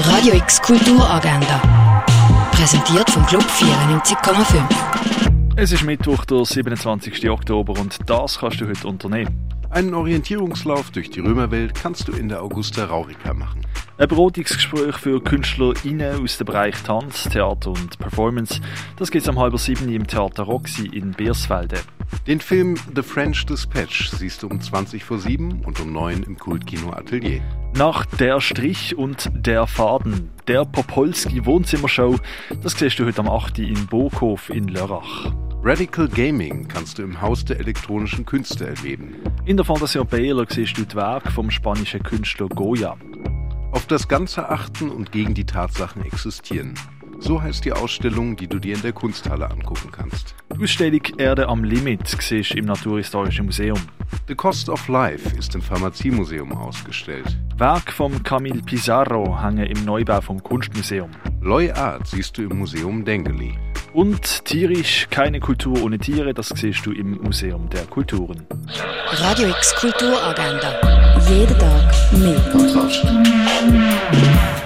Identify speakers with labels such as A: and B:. A: Radio X Kulturagenda. Präsentiert vom Club 94,5.
B: Es ist Mittwoch, der 27. Oktober, und das kannst du heute unternehmen.
C: Einen Orientierungslauf durch die Römerwelt kannst du in der Augusta Raurica machen.
B: Ein Beratungsgespräch für KünstlerInnen aus dem Bereich Tanz, Theater und Performance. Das geht's am halber sieben im Theater Roxy in Beersfelde.
C: Den Film The French Dispatch siehst du um 20 vor 7 und um 9 im Kultkino Atelier.
B: Nach Der Strich und Der Faden, der Popolski Wohnzimmershow, das siehst du heute am 8. in Burghof in Lörrach.
C: Radical Gaming kannst du im Haus der elektronischen Künste erleben.
B: In der Fantasia Baylor siehst du das Werk vom spanischen Künstler Goya.
C: Auf das Ganze achten und gegen die Tatsachen existieren. So heißt die Ausstellung, die du dir in der Kunsthalle angucken kannst.
B: Die Ausstellung Erde am Limit siehst im Naturhistorischen Museum.
C: The Cost of Life ist im Pharmaziemuseum ausgestellt.
B: Werk von Camille Pizarro hängen im Neubau vom Kunstmuseum.
C: Loy Art siehst du im Museum Dengeli.
B: Und tierisch, keine Kultur ohne Tiere, das siehst du im Museum der Kulturen.
A: Radio X Kulturagenda. Jeden Tag mehr.